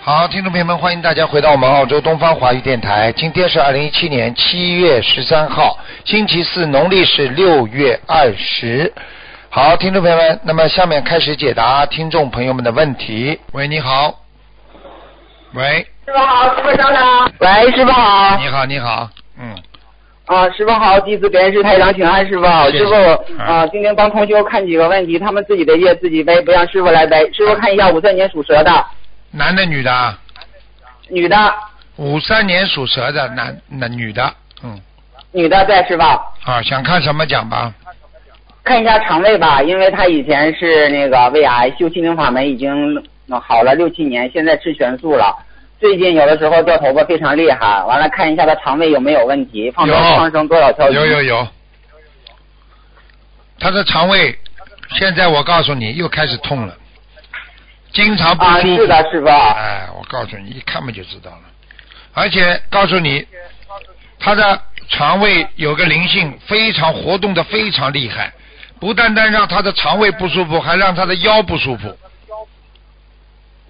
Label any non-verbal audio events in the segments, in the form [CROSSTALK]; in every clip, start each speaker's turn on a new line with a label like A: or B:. A: 好，听众朋友们，欢迎大家回到我们澳洲东方华语电台。今天是二零一七年七月十三号，星期四，农历是六月二十。好，听众朋友们，那么下面开始解答听众朋友们的问题。喂，你好。喂，
B: 师傅好，师傅稍等。啊喂，师傅好。
A: 你好，你好，嗯，
B: 啊，师傅好，弟子给恩师台长请安，师傅好。
A: 谢谢
B: 师傅
A: 嗯
B: 啊，今天帮同修看几个问题，他们自己的业自己背，不让师傅来背。师傅看一下，五三年属蛇的
A: 男的女的啊？
B: 女的，
A: 五三年属蛇的男男女的，嗯，
B: 女的在师傅，
A: 啊，想看什么讲吧？
B: 看一下肠胃吧，因为他以前是那个胃癌，修心灵法门已经嗯好了六七年，现在吃全素了。最近有的时候掉头发非常厉害，完了看一下他肠胃有没有问题，放
A: 有
B: 放生多少条鱼？
A: 有有有，他的肠胃现在我告诉你又开始痛了，经常不
B: 啊，
A: 舒
B: 是
A: 服。
B: 的，师傅。
A: 哎，我告诉你，一看嘛就知道了。而且告诉你，他的肠胃有个灵性，非常活动的非常厉害，不单单让他的肠胃不舒服，还让他的腰不舒服。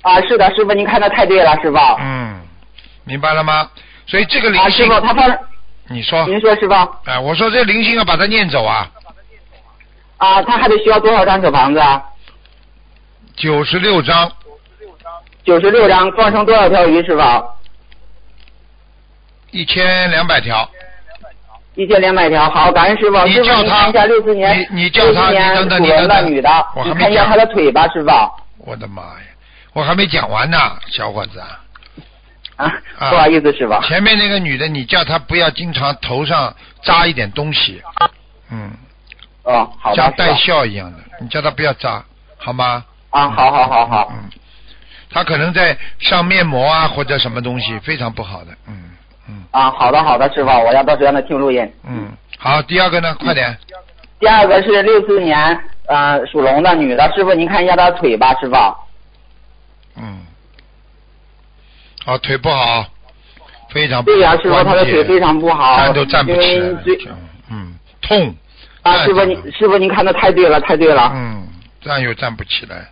B: 啊，是的，师傅，您看的太对了，师傅。
A: 嗯，明白了吗？所以这个灵
B: 啊，师
A: 性，
B: 傅，他放，
A: 你说，
B: 您说师傅
A: 哎，我说这灵性要把它念走啊，
B: 啊，他还得需要多少张小房子啊？
A: 九十六章，
B: 九十六张，放生多少条鱼，师傅？
A: 一千两百条。
B: 一千两百条，好，感恩师傅。
A: 你
B: 师傅，
A: 叫
B: 您
A: 他
B: 看一下六四年，
A: 你你叫他
B: 64年
A: 你等等
B: 属
A: 你
B: 龙
A: 等
B: 的
A: 等
B: 女的
A: 我，还
B: 你
A: 没
B: 看一下
A: 讲
B: 她的腿吧，师傅。啊
A: 我的妈呀，我还没讲完呢，小伙子啊。
B: 啊，
A: 啊
B: 不好意思，师傅。
A: 前面那个女的，你叫她不要经常头上扎一点东西，嗯，
B: 哦，好
A: 像
B: 吧，师
A: 带
B: 傅。
A: 笑一样的，你叫她不要扎，好吗？
B: 啊，好好好好，
A: 嗯，她可能在上面膜啊或者什么东西，非常不好的，嗯嗯
B: 啊，好的好的，师傅，我要到时候让他听录音。
A: 嗯。好，第二个呢，
B: 嗯
A: 快点，
B: 第二个是六四年，呃，属龙的女的，师傅，您看一下她的腿吧，师傅。
A: 嗯，哦，腿不好，非常不好
B: 对呀、师傅，她的腿非常不好，
A: 站都站不起
B: 因
A: 来
B: 为
A: 了
B: 最，
A: 嗯，痛，
B: 啊，师傅
A: 站着
B: 您师傅您看的太对了，太对了。
A: 嗯，站又站不起来，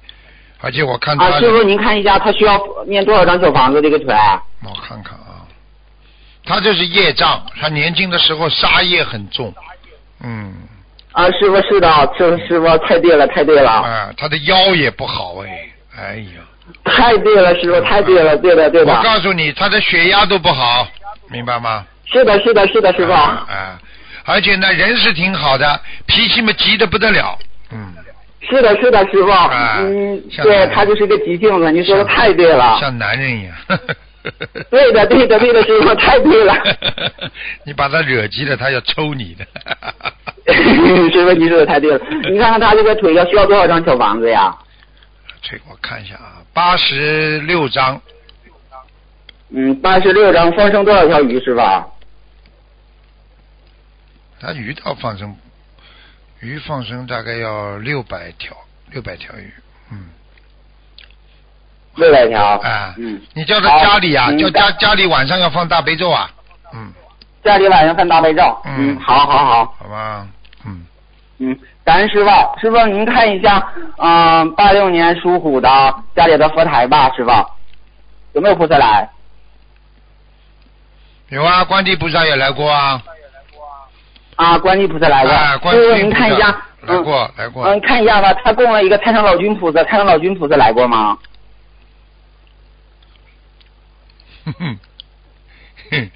A: 而且我看她
B: 啊，师傅您看一下，他需要念多少张小房子这个腿？
A: 我看看啊，他这是业障，他年轻的时候杀业很重，嗯，
B: 啊，师傅是的，师傅师傅太对了，太对
A: 啊、
B: 了，
A: 他的腰也不好哎，哎呀，
B: 太对了，师傅太对了，对的对
A: 嗯我
B: 的，
A: 告诉你，他的血压都不好，明白吗？
B: 是的是的是的，师傅。
A: 啊、啊而且呢，人是挺好的，脾气嘛急得不得了，嗯，
B: 是的，是的，师傅，
A: 啊
B: 嗯，
A: 像
B: 对
A: 男人
B: 他就是个急性子，你说的太对了，
A: 像男人一样。
B: 啊对的，对的，对的，师傅太对了，
A: [LAUGHS] 你把他惹急了，他要抽你的。
B: [LAUGHS] [LAUGHS] 师傅你说的太对了，你看看他这个腿要需要多少张小房子呀？
A: [LAUGHS] 这个我看一下啊，八十六章。
B: 嗯，八十六张，放生多少条鱼，师傅？
A: 它鱼倒放生，鱼放生大概要六百条，六百条鱼，嗯，
B: 六百条。
A: 啊
B: 嗯，
A: 你叫他
B: 好
A: 家里啊，
B: 嗯
A: 叫家家里晚上要放大悲咒啊，嗯，
B: 家里晚上翻大悲咒。
A: 嗯
B: 嗯，好好好，
A: 好吧，嗯，
B: 嗯，感恩师傅，师傅您看一下，嗯、八六年属虎的家里的佛台吧，师傅，有没有菩萨来？
A: 有啊，观地菩萨也来过啊，
B: 啊，观世菩萨来过。
A: 啊，观
B: 师
A: 世
B: 傅
A: 音
B: 您
A: 菩
B: 看一下
A: 萨，来
B: 嗯
A: 过来过，
B: 嗯，看一下吧，他供了一个太上老君菩萨，太上老君菩萨来过吗？
A: 哼哼，哼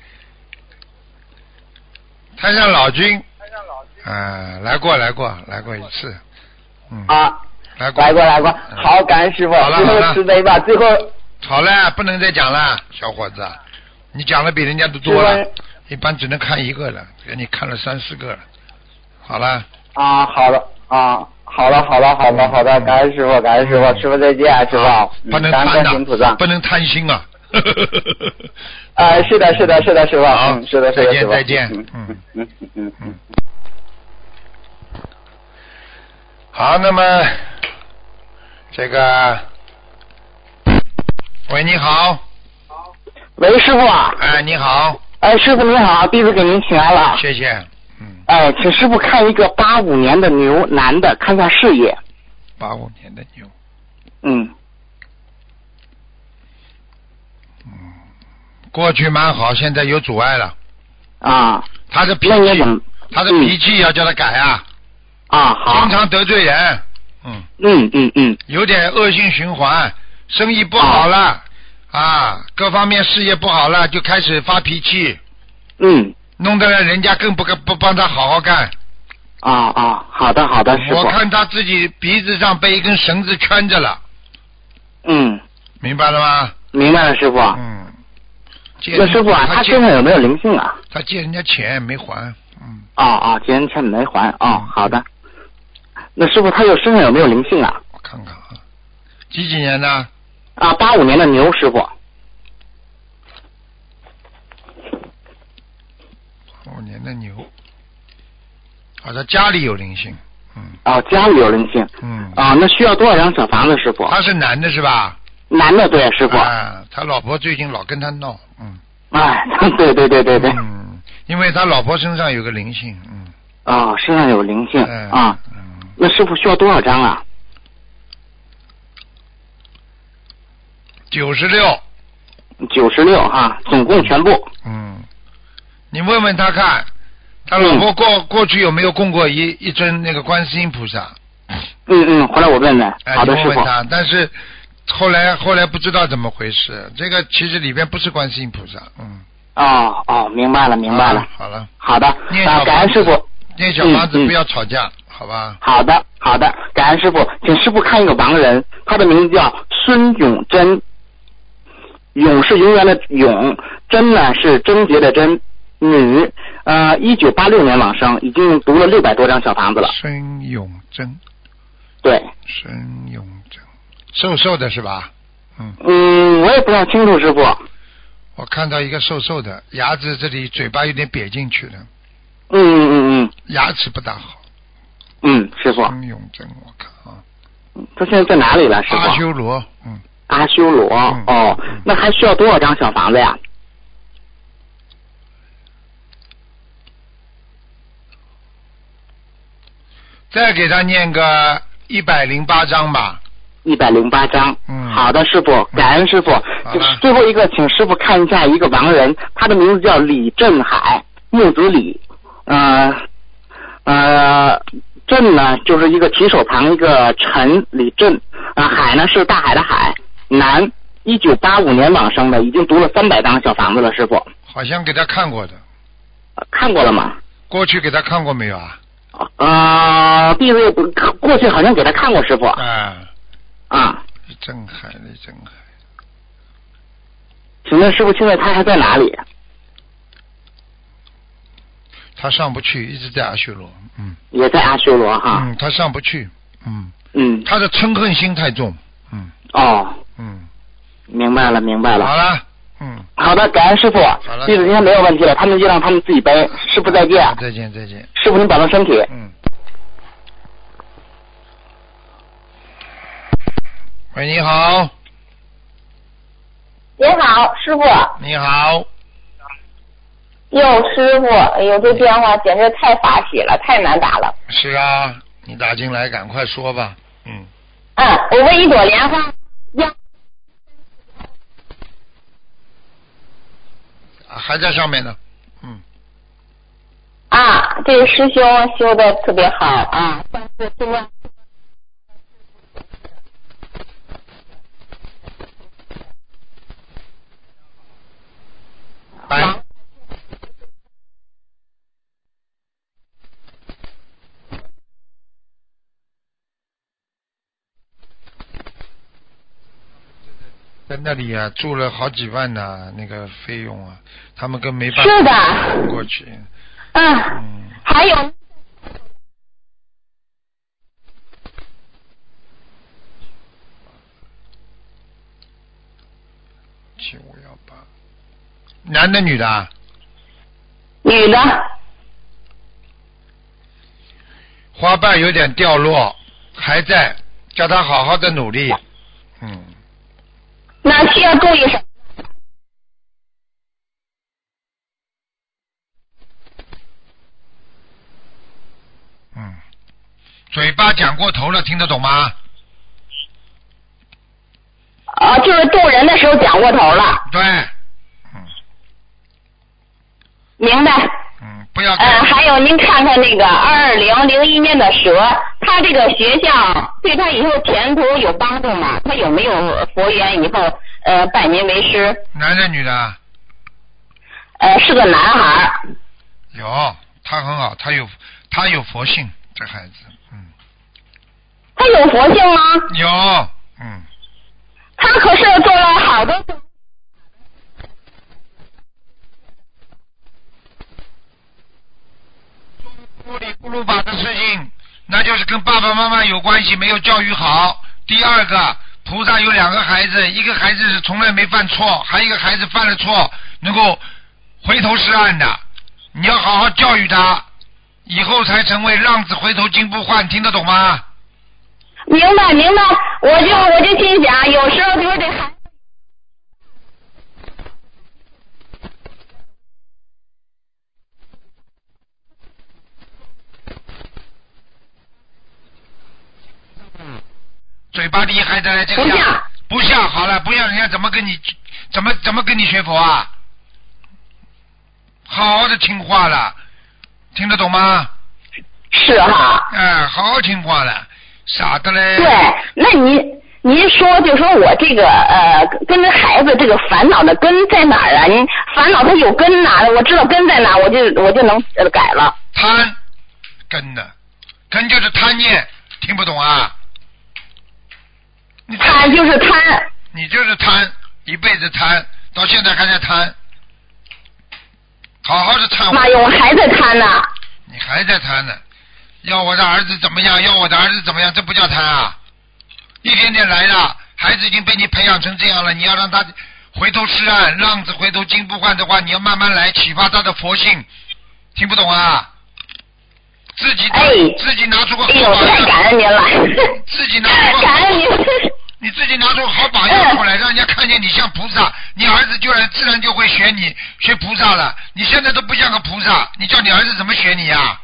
A: [LAUGHS] 太上老君，啊，来过来过来过一次，嗯，
B: 啊，
A: 来过
B: 来过来过。
A: 嗯
B: 好，感恩师傅，
A: 好了
B: 最
A: 好
B: 后
A: 了
B: 慈悲吧，最后
A: 好了，不能再讲了，小伙子，你讲的比人家都
B: 师
A: 多了，
B: 傅
A: 一般只能看一个了，给你看了三四个了。好了，
B: 啊，好了啊。好了好了好了好的，感恩师傅，感恩师傅，师傅再见，师傅，嗯
A: 嗯不能
B: 感恩观世音
A: 贪
B: 菩
A: 的，
B: 萨。
A: 不能贪心
B: [LAUGHS]
A: 啊。
B: 呃，是的，是的，是的，师傅，
A: 好
B: 嗯，是的，是
A: 再
B: 的，
A: 见
B: 师傅，
A: 再见
B: 嗯嗯嗯嗯嗯，
A: 好，那么这个，喂，你好，
C: 喂，师傅啊，
A: 哎，你好，
C: 哎，师傅您好，弟子给您请安了。
A: 谢谢，嗯，
C: 哎，请师傅看一个八五年的牛男的，看一下事业。
B: 嗯
A: 八五年的牛，
C: 嗯，
A: 过去蛮好，现在有阻碍了。
B: 啊，
A: 他的脾
B: 那你
A: 气
B: 怎，么？
A: 他的
B: 嗯
A: 脾气要叫他改啊，
B: 啊，好
A: 经，常得罪人，嗯，
B: 嗯嗯嗯，
A: 有点恶性循环，生意不好了啊，各方面事业不好了，就开始发脾气，
B: 嗯，
A: 弄得人家更不不帮他好好干。
B: 啊啊，好的好的，师
A: 我
B: 傅，
A: 看他自己鼻子上被一根绳子圈着了，
B: 嗯，
A: 明白了吗？
B: 明白了，师傅。
A: 嗯。借
B: 啊那师傅啊，
A: 嗯他
B: 他
A: 借
B: 身上有没有灵性啊？
A: 他借人家钱没还，嗯，
B: 哦哦，节人欠没还。哦
A: 嗯，
B: 好的。那师傅他有身上有没有灵性啊？
A: 我看看啊，几几年的？
B: 啊，八五年的牛师傅。
A: 五哦年的牛。好像家里有灵性，嗯
B: 哦，家里有灵性。
A: 嗯，
B: 啊，那需要多少张小房子，师傅？
A: 他是男的是吧？
B: 男的，对，师傅。
A: 啊，他老婆最近老跟他闹，嗯。
B: [LAUGHS] 哎，对对对对对。
A: 嗯，因为他老婆身上有个灵性，嗯。
B: 啊，身上有灵性
A: 嗯
B: 啊。
A: 嗯，
B: 那师傅需要多少张啊？
A: 九十六，
B: 九十六哈，总共全部。
A: 嗯，你问问他看，他老
B: 嗯
A: 婆过、过去有没有供过一一尊那个观世音菩萨？
B: 嗯嗯，回来我问问。
A: 哎，
B: 好
A: 你
B: 的，
A: 问
B: 师
A: 问
B: 傅。
A: 他，但是后来后来不知道怎么回事，这个其实里边不是观世音菩萨，嗯，
B: 哦哦，明白了明白了。
A: 好了，
B: 好的，
A: 啊念小
B: 啊，
A: 房
B: 感恩
A: 子
B: 师傅。
A: 念小房子
B: 嗯嗯
A: 不要吵架，好吧？
B: 好的，好的，感恩师傅，请师傅看一个盲人，他的名字叫孙永贞，永是永远的永，贞呢是贞洁的贞，女，呃，一九八六年往生，已经读了六百多张小房子了。
A: 孙永贞，
B: 对，
A: 孙永贞，瘦瘦的是吧？嗯，
B: 嗯，我也不太清楚，师傅。
A: 我看到一个瘦瘦的，牙齿这里嘴巴有点瘪进去的，
B: 嗯嗯嗯
A: 牙齿不大好。
B: 嗯嗯，师傅，
A: 孙永贞，我看啊，
B: 他现在在哪里了，师傅？
A: 阿修罗，嗯，
B: 阿修罗
A: 嗯
B: 哦
A: 嗯，
B: 那还需要多少张小房子呀？
A: 再给他念个一百零八章吧。
B: 一百零八张。
A: 嗯
B: 好的，师傅，感恩师傅。
A: 好
B: 就
A: 的
B: 是最后一个，请师傅看一下一个盲人，他的名字叫李振海，木子李，呃呃，振呢就是一个提手旁一个陈，李振，啊、海呢是大海的海，男，一九八五年往生的，已经读了三百张小房子了，师傅、
A: 好像给他看过的，
B: 呃看过了吗？
A: 过去给他看过没有啊？
B: 呃，地位不过去好像给他看过，师傅
A: 啊，
B: 啊，
A: 李正海，李正海，
B: 请问师傅现在他还在哪里？
A: 他上不去，一直在阿修罗，嗯，
B: 也在阿修罗哈，
A: 嗯，他上不去，嗯，
B: 嗯
A: 他的嗔恨心太重，嗯
B: 哦，
A: 嗯，
B: 明白了，明白
A: 好
B: 了。
A: 了，嗯，
B: 好的，感恩师傅
A: 好了。
B: 弟子今天没有问题了，他们就让他们自己背。师傅再见，
A: 再见再见，
B: 师傅您保重身体。
A: 嗯。喂，你好，
D: 您好，师傅。
A: 你好，
D: 哟，师傅，哎呦，这电话简直太法喜了，太难打了。
A: 是啊，你打进来，赶快说吧，嗯，
D: 嗯，我为一朵莲花，呀，
A: 啊还在上面呢，嗯，
D: 啊，这个师兄修的特别好啊，但是现在
A: 拜。在那里啊，住了好几万呢、那个费用啊，他们跟没办
D: 是
A: 法
D: 的
A: 过去，
D: 嗯，
A: 嗯，
D: 还有
A: 七五幺八，男的女的啊？
D: 女的，
A: 花瓣有点掉落，还在，叫他好好的努力，嗯，
D: 那需要注意什么？
A: 嗯，嘴巴讲过头了，听得懂吗？
D: 哦啊，就是渡人的时候讲过头了。
A: 对，嗯，
D: 明白。
A: 嗯，不要
D: 嗯，
A: 看。
D: 还有您看看那个二零零一年的蛇，他这个学校对他以后前途有帮助吗？他有没有佛缘以后呃拜您为师？
A: 男的女的啊？
D: 呃，是个男孩儿。
A: 有，他很好，他有他有佛性，这孩子，嗯，
D: 他有佛性吗？
A: 有，嗯，
D: 他可是做了好多。
A: 糊里糊涂把的事情，那就是跟爸爸妈妈有关系，没有教育好。第二个，菩萨有两个孩子，一个孩子是从来没犯错，还有一个孩子犯了错，能够回头是岸的。你要好好教育他，以后才成为浪子回头金不换，听得懂吗？
D: 明白明白，我就我就心想，有时候就是这孩子。
A: 嘴巴厉害的来这个
D: 不
A: 样
D: 像，
A: 不像好了，不像人家怎么跟你怎么怎么跟你学佛啊？好好的听话了，听得懂吗？
D: 是哈，
A: 哎，好好听话了，傻的嘞。
D: 对，那您您说就说我这个呃，跟这孩子这个烦恼的根在哪儿啊？您烦恼它有根呐、我知道根在哪，我就我就能呃改了。
A: 贪根的，根就是贪念，听不懂啊？你这
D: 贪就是贪，
A: 你就是贪，一辈子贪，到现在还在贪，好好的忏
D: 妈呀，
A: 悔，
D: 我还在贪呢、
A: 你还在贪呢？要我的儿子怎么样？要我的儿子怎么样？这不叫贪啊！一点点来的，孩子已经被你培养成这样了，你要让他回头是岸，浪子回头金不换的话，你要慢慢来，启发他的佛性，听不懂啊？自己、
D: 哎
A: 自己拿出个好
D: 哎呦，
A: 榜
D: 太
A: 样
D: 感。恩您了， [LAUGHS]
A: 自己拿出个
D: 感
A: 好
D: 恩您。 [LAUGHS]
A: 你自己拿出好榜样过来，让人家看见你像菩萨，你儿子就然自然就会学你学菩萨了。你现在都不像个菩萨，你叫你儿子怎么学你啊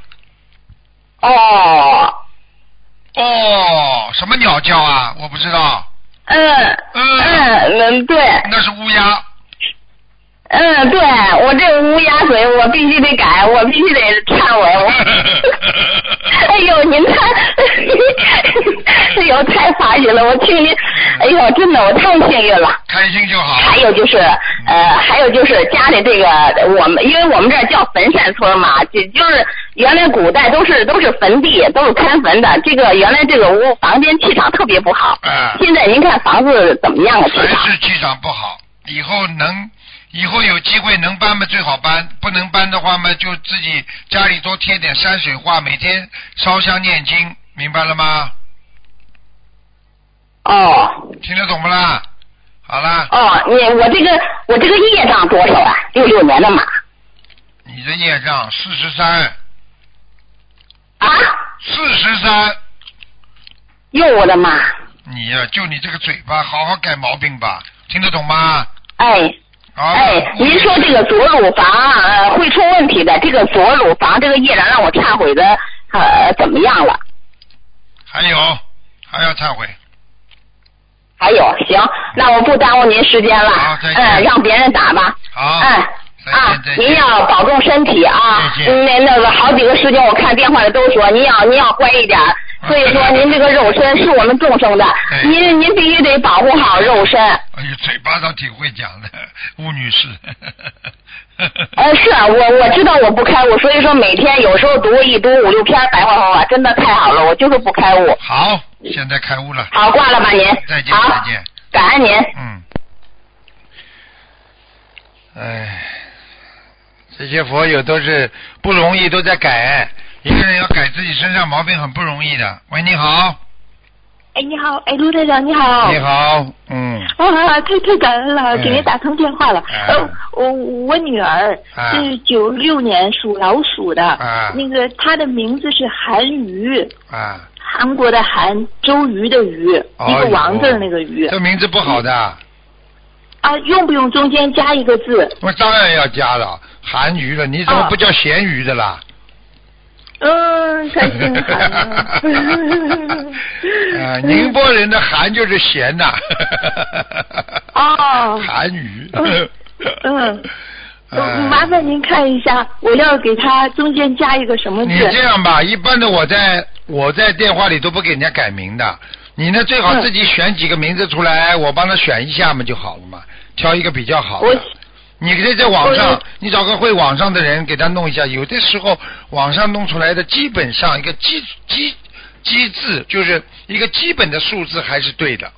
A: 呀、
D: 哦，
A: 哦，什么鸟叫啊？我不知道，
D: 嗯嗯嗯，对，
A: 那是乌鸦。
D: 嗯，对我这乌鸦嘴，我必须得改，我必须得忏悔。我，哎呦，您看， [LAUGHS] 哎呦，太发心了！我听您，哎呦，真的，我太幸运了。
A: 开心就好。
D: 还有就是，呃，还有就是家里这个，我们因为我们这儿叫坟山村嘛，就就是原来古代都是都是坟地，都是看坟的。这个原来这个屋房间气场特别不好，
A: 哎
D: 现在您看房子怎么样了？气
A: 还
D: 场
A: 是气场不好，以后能，以后有机会能搬嘛最好搬，不能搬的话嘛就自己家里多贴点山水画，每天烧香念经，明白了吗？
D: 哦。
A: 听得懂不啦？好啦，
D: 哦，你我这个我这个业障多少啊？六六年的马
A: 你的业障四十三，
D: 啊！
A: 四十三，
D: 哟，我的妈！
A: 你呀、就你这个嘴巴，好好改毛病吧，听得懂吗？
D: 哎
A: 啊，
D: 哎，您说这个左乳房啊、呃会出问题的，这个左乳房这个业障让我忏悔的呃怎么样了？
A: 还有还要忏悔，
D: 还有，行，那我不耽误您时间了
A: 好再，见
D: 嗯，让别人打吧，
A: 好，
D: 嗯。
A: 再
D: 啊
A: 见再，见
D: 您要保重身体啊！
A: 再见
D: 嗯那那个好几个师兄，我看电话里都说您要您要乖一点儿，
A: 啊
D: 所以说您这个肉身是我们众生的，
A: 对
D: 您您必须得保护好肉身。
A: 哎呦，嘴巴倒挺会讲的，吴女
E: [LAUGHS]
A: 士。
E: 哎
D: 呃，是啊我我知道我不开悟，所以说每天有时候读一读五六篇白话佛法，真的太好了，我就是不开悟。
A: 好，现在开悟了，
D: 好，挂了吧您。
A: 再见
D: 好，
A: 再见，
D: 感恩您。
A: 嗯。哎，这些佛友都是不容易，都在改。一个人要改自己身上毛病很不容易的。喂，你好，
E: 哎，你好，哎，卢台长，你好。
A: 你好，嗯，
E: 哇，太太感恩了，
A: 嗯
E: 给您打通电话了。
A: 啊
E: 呃，我我女儿
A: 啊
E: 是九六年属老鼠的，
A: 啊
E: 那个她的名字是韩瑜，
A: 啊，
E: 韩国的韩，周瑜的瑜，一
A: 哎
E: 个
A: 呦
E: 王字儿那个嗯瑜。
A: 这名字不好的，
E: 啊，用不用中间加一个字？
A: 我当然要加了，韩鱼了，你怎
E: 哦
A: 么不叫咸鱼的啦？
E: 嗯，太心啊寒了。
A: [LAUGHS] 啊，宁波人的韩就是咸呐。
E: 哦
A: [LAUGHS] 韩语。
E: [LAUGHS]
A: [LAUGHS]
E: 嗯嗯。
A: 哎
E: 麻烦您看一下，我要给他中间加一个什么字
A: 你？这样吧，一般的我在我在电话里都不给人家改名的，你呢最好
E: 嗯
A: 自己选几个名字出来，我帮他选一下嘛就好了嘛，挑一个比较好
E: 我
A: 的。你可以在网上
E: 我，
A: 你找个会网上的人给他弄一下，有的时候网上弄出来的基本上一个基基基字就是一个基本的数字还是对的。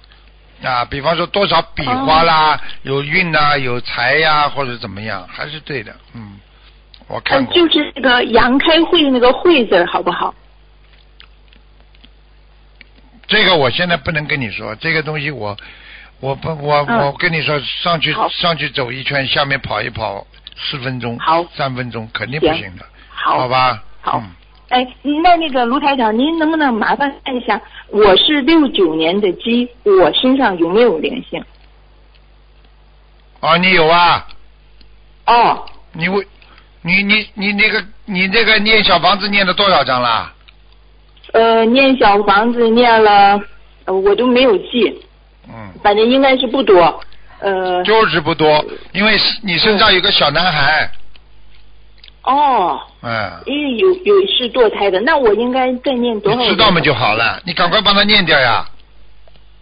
A: 啊，比方说多少笔画啦，
E: 哦
A: 有运呐、有财呀、或者怎么样，还是对的。嗯，我看
E: 嗯，
A: 过。
E: 就是那个杨开会那个会字儿好不好？
A: 这个我现在不能跟你说，这个东西我，我不，我、
E: 嗯
A: 我跟你说，上去
E: 好
A: 上去走一圈，下面跑一跑，四分钟，
E: 好
A: 三分钟肯定不
E: 行
A: 行的，
E: 好
A: 吧？
E: 好
A: 嗯，
E: 哎，那那个卢台长，您能不能麻烦看一下，我是六九年的鸡，我身上有没有灵性？
A: 哦，你有啊？
E: 哦，
A: 你为，你你你那个你那个念小房子念了多少章啦？
E: 呃，念小房子念了，呃我都没有记，
A: 嗯，
E: 反正应该是不多。呃，
A: 就是不多，因为是你身上有个小男孩，
E: 哦，
A: 嗯，
E: 因为有有是堕胎的，那我应该再念多少
A: 你
E: 张？
A: 知道嘛就好了，你赶快帮他念掉呀。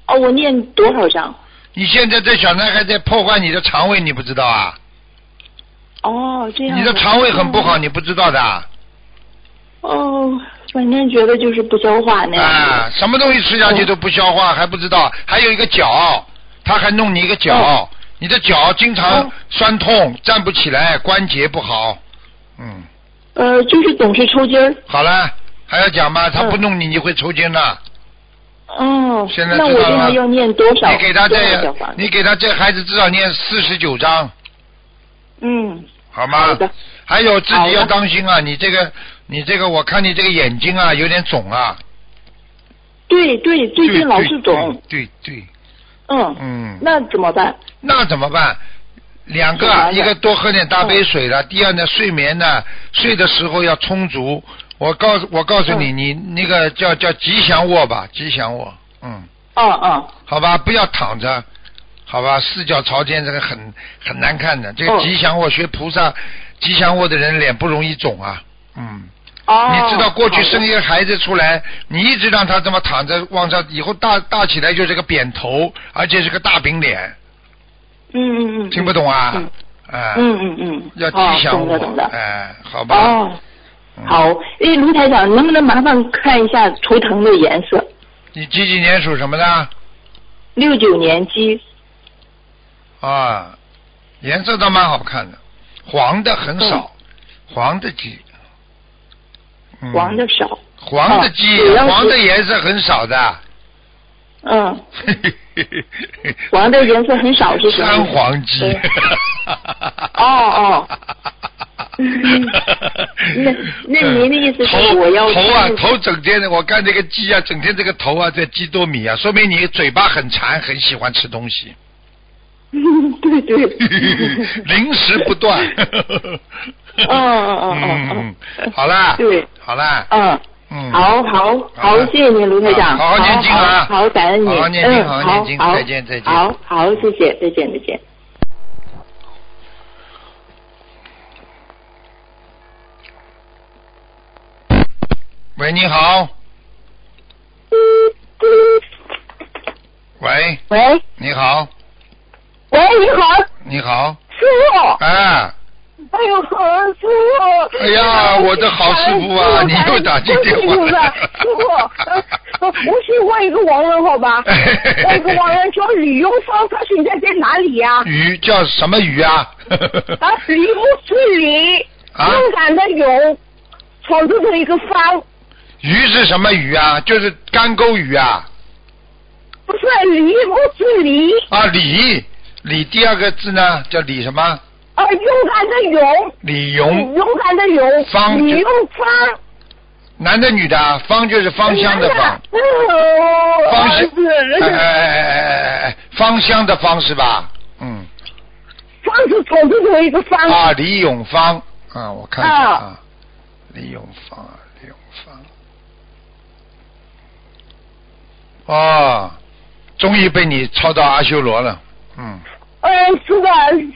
E: 哦，我念多少张？
A: 你现在这小男孩在破坏你的肠胃，你不知道啊？
E: 哦，这样。
A: 你的肠胃很不好，。
E: 嗯
A: 你不知道的啊
E: 哦，反正觉得就是不消化那样。
A: 啊，什么东西吃下去都不消化，还不知道。还有一个脚，他还弄你一个脚
E: 哦，
A: 你的脚经常
E: 哦
A: 酸痛，站不起来，关节不好。嗯，
E: 呃，就是总是抽筋儿。
A: 好了，还要讲吗？他
E: 嗯
A: 不弄你，你会抽筋的。
E: 哦，
A: 现在
E: 那
A: 知
E: 我
A: 道
E: 这
A: 了吗
E: 还要念多少？
A: 你给他
E: 多少
A: 这
E: 小房，子
A: 你给他这孩子至少念四十九章，
E: 嗯，
A: 好
E: 好
A: 吗
E: 的？
A: 还有自
E: 好
A: 己
E: 的
A: 要当心啊！你这个，你这个，我看你这个眼睛啊，有点肿啊。
E: 对对，最
A: 对
E: 近老是肿，。
A: 对对对，
E: 嗯，
A: 嗯。
E: 那怎么办？
A: 那怎么办？两个
E: 怎么
A: 啊，
E: 办
A: 一个多喝点大杯水了。第二呢，睡眠呢，睡的时候要充足。我告诉我告诉
E: 嗯
A: 你，你那个叫叫吉祥卧吧，吉祥卧，嗯，
E: 嗯嗯，
A: 好吧，不要躺着，好吧，四脚朝天这个很很难看的。这个
E: 嗯
A: 吉祥卧学菩萨吉祥卧的人脸不容易肿啊，嗯，
E: 哦，
A: 你知道过去生
E: 意
A: 一个孩子出来，你一直让他这么躺着往上，以后大大起来就是个扁头，而且是个大饼脸，
E: 嗯嗯嗯，
A: 听不懂啊？
E: 嗯
A: 哎、
E: 嗯嗯嗯，
A: 要
E: 哦
A: 吉祥
E: 懂
A: 物
E: 的懂的，
A: 哎，好吧。
E: 哦，
A: 嗯
E: 好，哎，卢台长，能不能麻烦看一下图腾的颜色？
A: 你几几年属什么的？
E: 六九年鸡，
A: 啊，颜色倒蛮好看的，黄的很少，黄的鸡。嗯、
E: 黄的少，
A: 黄的鸡
E: 哦主，要是
A: 黄的颜色很少的。
E: 嗯， [LAUGHS] 黄的颜色很少是什么
A: 三黄鸡 [LAUGHS]
E: 对。哦哦。那那您的意思是
A: 头
E: 我要
A: 头啊
E: 看
A: 头整天的，我看这个鸡啊，整天这个头啊在鸡多米啊，说明你嘴巴很馋，很喜欢吃东西，
E: 对
A: [LAUGHS]
E: 对，
A: 零食不
E: [LAUGHS]
A: 断。
E: 嗯嗯嗯嗯
A: 嗯，好啦，
E: 对，
A: 好啦，
E: 嗯。
A: 嗯，
E: 好好
A: 好
E: 好
A: 的，
E: 谢谢您，卢台长，
A: 好好念经啊
E: 好好感恩你，
A: 好好念经
E: 嗯
A: 好好
E: 好
A: 念经
E: 好
A: 再见再见
E: 好好，谢谢，再见，再见。
A: 喂，你好，喂，
F: 喂
A: 你好，
F: 喂，你好，
A: 你好，
F: 师傅。
A: 哎，
F: 哎呦，师傅！
A: 哎呀我的好师傅啊
F: 哎
A: 你又打进电话
F: 师傅感恩师傅，师傅，呃我是问一个王人好
A: [LAUGHS]
F: 吧？我一个王人叫吕永芳，他现在在哪里呀、
A: 鱼叫什么鱼啊？ [LAUGHS]
F: 啊？吕木是吕，
A: 啊
F: 勇敢的勇，草字头一个方，
A: 鱼是什么鱼啊？就是干沟鱼啊，
F: 不是吕木是吕，
A: 啊，李李第二个字呢叫李什么？
F: 啊，勇敢的勇，
A: 李荣，
F: 勇敢的勇，
A: 方
F: 吕永芳。
A: 男的女的啊？芳就是芳香的芳，
F: 哎呦
A: 芳
F: 儿
A: 香，
F: 子，
A: 哎
F: 人
A: 哎哎
F: 家
A: 哎哎哎哎，芳香的芳是吧？嗯，
F: 方是草字头一个方。
A: 啊，李永芳，啊，我看一下啊，李永芳啊，李永芳，哦，终于被你抄到阿修罗了，嗯，
F: 嗯，是的，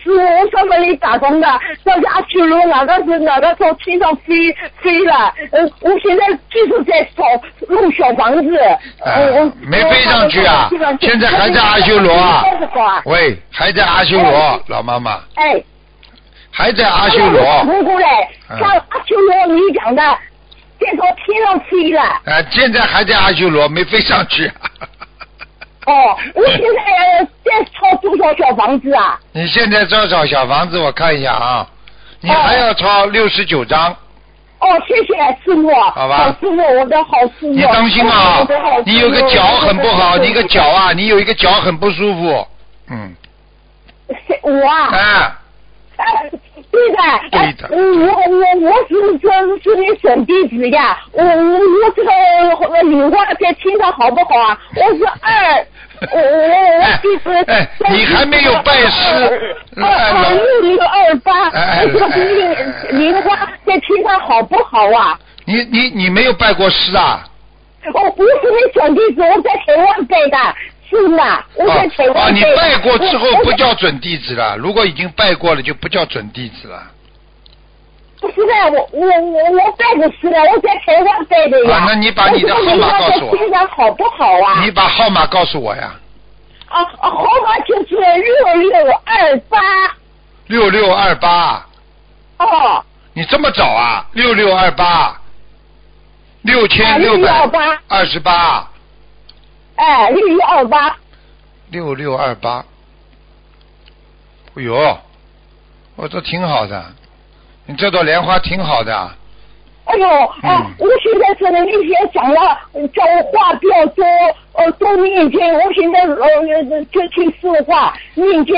F: 是我上班里打工的，到家去了，哪个是哪个从天上飞飞了？嗯，我现在就是在找弄小房子。
A: 啊
F: 嗯，我
A: 没飞上去啊
F: 我上，去
A: 现在还在阿修罗啊
F: 我现在在搞。
A: 喂，还在阿修罗
F: 哎，
A: 老妈妈
F: 哎，
A: 还在阿修
F: 我
A: 罗，
F: 姑姑嘞，
A: 嗯
F: 像阿修罗你讲的，变从天上飞了。
A: 啊，现在还在阿修罗，没飞上去。
F: 哦，我现在呃在抄多少小房子啊？
A: 你现在多少小房子？我看一下啊，你还要抄六十九章，
F: 哦，谢谢师傅，
A: 好吧
F: 师傅，我的好师傅，
A: 你当心啊
F: 我的好师，傅
A: 你有个脚很不好，你个脚，啊，你有一个脚很不舒服，嗯，
F: 谁 [LAUGHS] 我啊，
A: 啊，
F: 哎对的，哎
A: 对的
F: 我我我是这是你准弟子呀，我我我这个女话在天上好不好啊？我是
A: [LAUGHS]
F: 二，我我我弟子
A: 哎哎，你还没有拜师哎
F: 二二六六二八，我这个灵灵花在天上好不好啊？
A: 你你你没有拜过师啊？
F: 我我是你准弟子，我在台湾拜的，是吗？我
A: 啊
F: 在台
A: 啊！
F: 湾
A: 你
F: 拜的。
A: 拜过之后
F: 我我
A: 不叫准弟子了，如果已经拜过了就不叫准弟子了。
F: 不是的，我我我我拜的是的，我在台湾拜的呀。
A: 啊那你把你的号码告诉我
F: 我这个地方在天上好不好啊
A: 你？把号码告诉我呀，
F: 啊啊，号码就是六六二八
A: 六六二八，啊
F: 哦，
A: 你这么早啊？六六二八，六
F: 啊
A: 千六百二十八，啊
F: 哎，六六二八。
A: 六六二八。哎呦，我这挺好的，你这朵莲花挺好的，啊
F: 哎呦，啊
A: 嗯！
F: 我现在真的那天讲了，叫我话不要多，呃，多念经。我现在呃就听师傅话，念经，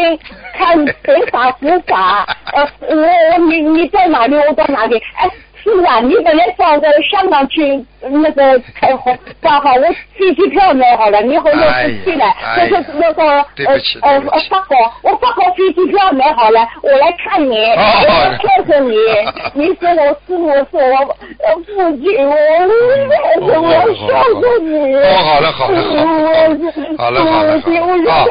F: 看佛法佛法。呃，我我你你在哪里，我到哪里。哎，是啊，你本来到个香港去那个开会，挂号，我飞机票买好了，你后来不去了，
A: 哎
F: 就
A: 呀
F: 是那个
A: 对
F: 呃
A: 不起
F: 呃
A: 对不
F: 呃
A: 起
F: 法国，我法国飞机票买好了，我来看你，
A: 哦
F: 我来看看你，你是我师傅，是我呃父亲，我我我孝顺你。
A: 哦好了好了好了好了好了好了啊！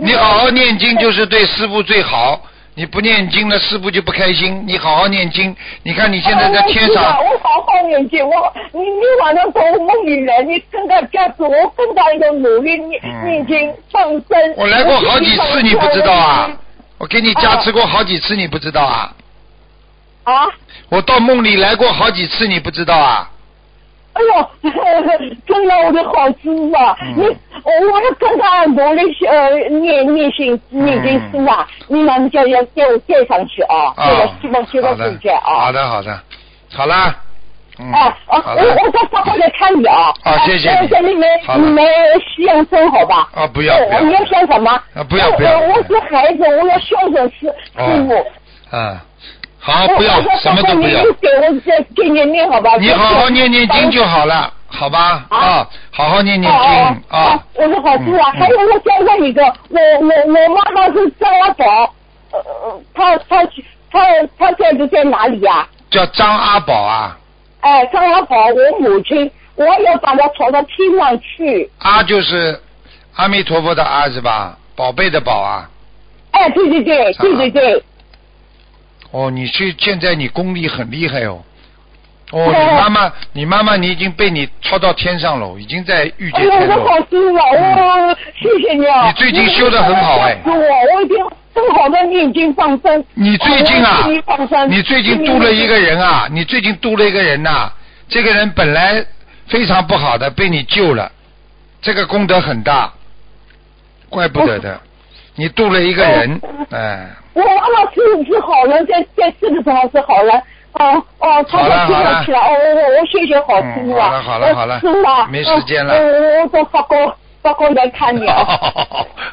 A: 你好好念经就是对师傅最好。你不念经了，师傅就不开心。你好好念经，你看你现在在天上，
F: 哎我好好念经，我你你晚上从梦里来，你更加加持我，更加要努力念念经放生。
A: 嗯我来过好几次，你不知道啊？我给你加持过好几次，你不知道啊？
F: 啊！
A: 我到梦里来过好几次，你不知道啊？
F: 哎呦， [LAUGHS] 真的我的好师傅啊！
A: 嗯
F: 你我我要跟他努力学呃念念经念经书啊，你们就要给我带上去啊，
A: 嗯啊
F: 这个希望学到
A: 好
F: 境
A: 的
F: 界，啊
A: 好。的，好的，好啦，嗯，
F: 哎啊，
A: 好
F: 我
A: 了，
F: 我到稍后来看你啊。
A: 啊谢谢你
F: 在你们
A: 好了
F: 你们西洋生好吧？呃
A: 啊不要不要
F: 我你要想什么？
A: 啊不要
F: 我
A: 不要
F: 哎我我是孩子，我要孝顺师师傅。
A: 嗯，好，
F: 我
A: 不要
F: 我到
A: 什么都不要
F: 稍后，你给我再给你念好吧？
A: 你好好念念经
F: 哦
A: 就好了，好吧？
F: 啊
A: 啊，好好念念
F: 哦
A: 经啊。
F: 我说好处啊，
A: 嗯
F: 还有我再问一个，我我我妈妈是张阿宝，呃呃，她她去她她现在在哪里呀、
A: 叫张阿宝啊，
F: 哎，张阿宝，我母亲，我要把她传到天上去。
A: 阿就是阿弥陀佛的阿是吧？宝贝的宝啊。
F: 哎，对对对，
A: 张阿
F: 对对对，
A: 哦，你去，现在你功力很厉害哦。哦，
F: 哎
A: 你妈妈，你妈妈，你已经被你超到天上了，已经在御
F: 哎
A: 界
F: 呦，我
A: 天
F: 的好
A: 了。
F: 师傅，啊，我谢谢你啊！
A: 你最近修得很好哎
F: 是我，我已经正好的念经放生。
A: 你最近
F: 哦
A: 啊
F: 我已经放生，
A: 你最近度了一个人啊，你最近度了一个人呐、这个人本来非常不好的，被你救了，这个功德很大，怪不得
F: 哦
A: 的。你度了一个人，哎，
F: 我妈妈是是好人，在在这个时候是好人。哦哦，她
A: 好了
F: 在听
A: 好了
F: 我去了。哦，我我我谢谢好师傅啊。
A: 嗯好了好了好了
F: 是吗？
A: 没时间了
F: 哦我我到法国法国来看你啊。
A: [LAUGHS]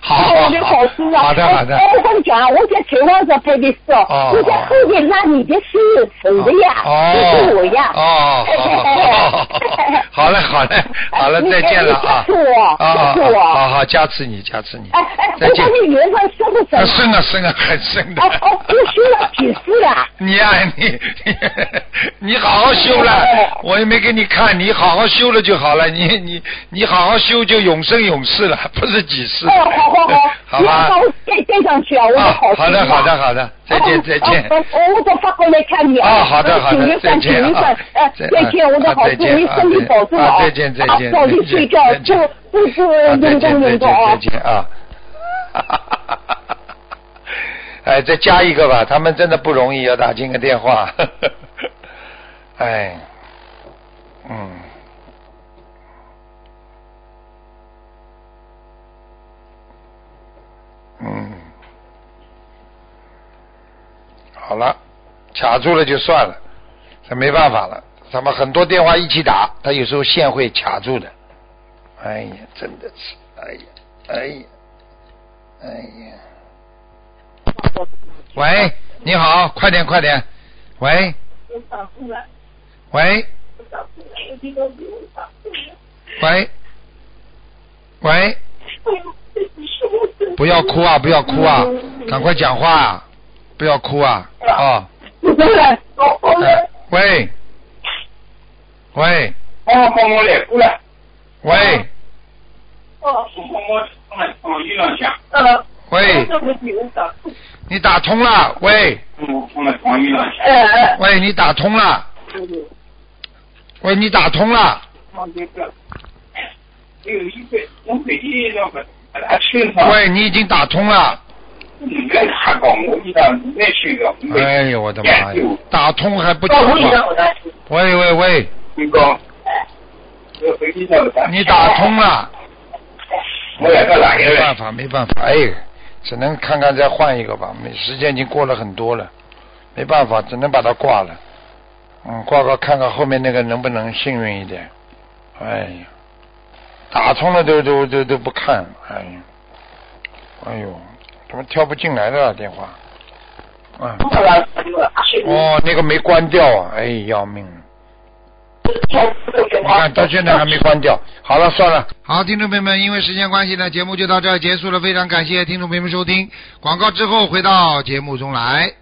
A: 好，
F: 哦我的好
A: 好
F: 师傅啊。
A: 好的好的
F: 哎，，我跟你讲啊，我在台湾是拍的是
A: 哦
F: 哦，我在后面拉你的手走的呀，这是我呀。
A: 哦，
F: [LAUGHS]
A: 哦，好嘞，好嘞，好
F: 哎
A: 了，再见了啊！啊，好好加持你，加持你。
F: 哎哎，
A: 再
F: 我
A: 见
F: 跟你缘分深不深？
A: 生啊生啊，很生的
F: 哎。哎，我修了几次了？
A: 你呀、你 [LAUGHS] 你好好修了，
F: 哦
A: 我也没给你看，你好好修了就好了，你你你好好修就永生永世了，不是几世。 [LAUGHS] 哎
F: 哦，好好好，
A: 好
F: 你
A: 吧
F: 帮我带带上去啊，我
A: 啊
F: 好，
A: 好的，好的，好的，再见，再见。
F: 哦哦我再发过来看你
A: 啊好的好的
F: 请您
A: 再
F: 饭，
A: 见
F: 请您
A: 啊
F: 饭，呃，再见，我的好
A: 再
F: 祝
A: 见
F: 您身体保重
A: 啊
F: 啊！
A: 再见再见
F: 啊早
A: 再
F: 点
A: 见
F: 睡觉
A: 再，
F: 不
A: 见
F: 不不
A: 啊，再见，
F: 运动
A: 再见，
F: 运动
A: 再
F: 啊！
A: 见啊！哎，再加一个吧，他们真的不容易，要打进个电话。哎，嗯。嗯，好了，卡住了就算了，这没办法了。咱们很多电话一起打，他有时候线会卡住的。哎呀，真的是，哎呀，哎呀，哎呀。喂，你好，快点，快点。喂，喂，喂，喂，不要哭啊，不要哭啊，赶快讲话啊，不要哭啊，哦，哎喂，喂，
F: 哦
A: 喂，喂，你打通了，喂，喂，你打通了，喂，你打通了。喂，你已经打通了。哎呦，我的妈呀！打通还不讲话。喂喂喂，你打通了。没办法，没办法，哎，只能看看再换一个吧。没时间已经过了很多了，没办法，只能把它挂了。嗯，挂挂看看后面那个能不能幸运一点。哎呀，打通了都都都都不看，哎呀，哎呦，怎么跳不进来的、啊、电话？啊， [LAUGHS] 哦，那个没关掉啊，哎，要命了。你看到现在还没关掉。好了，算了。好，听众朋友们，因为时间关系呢，节目就到这儿结束了。非常感谢听众朋友们收听，广告之后回到节目中来。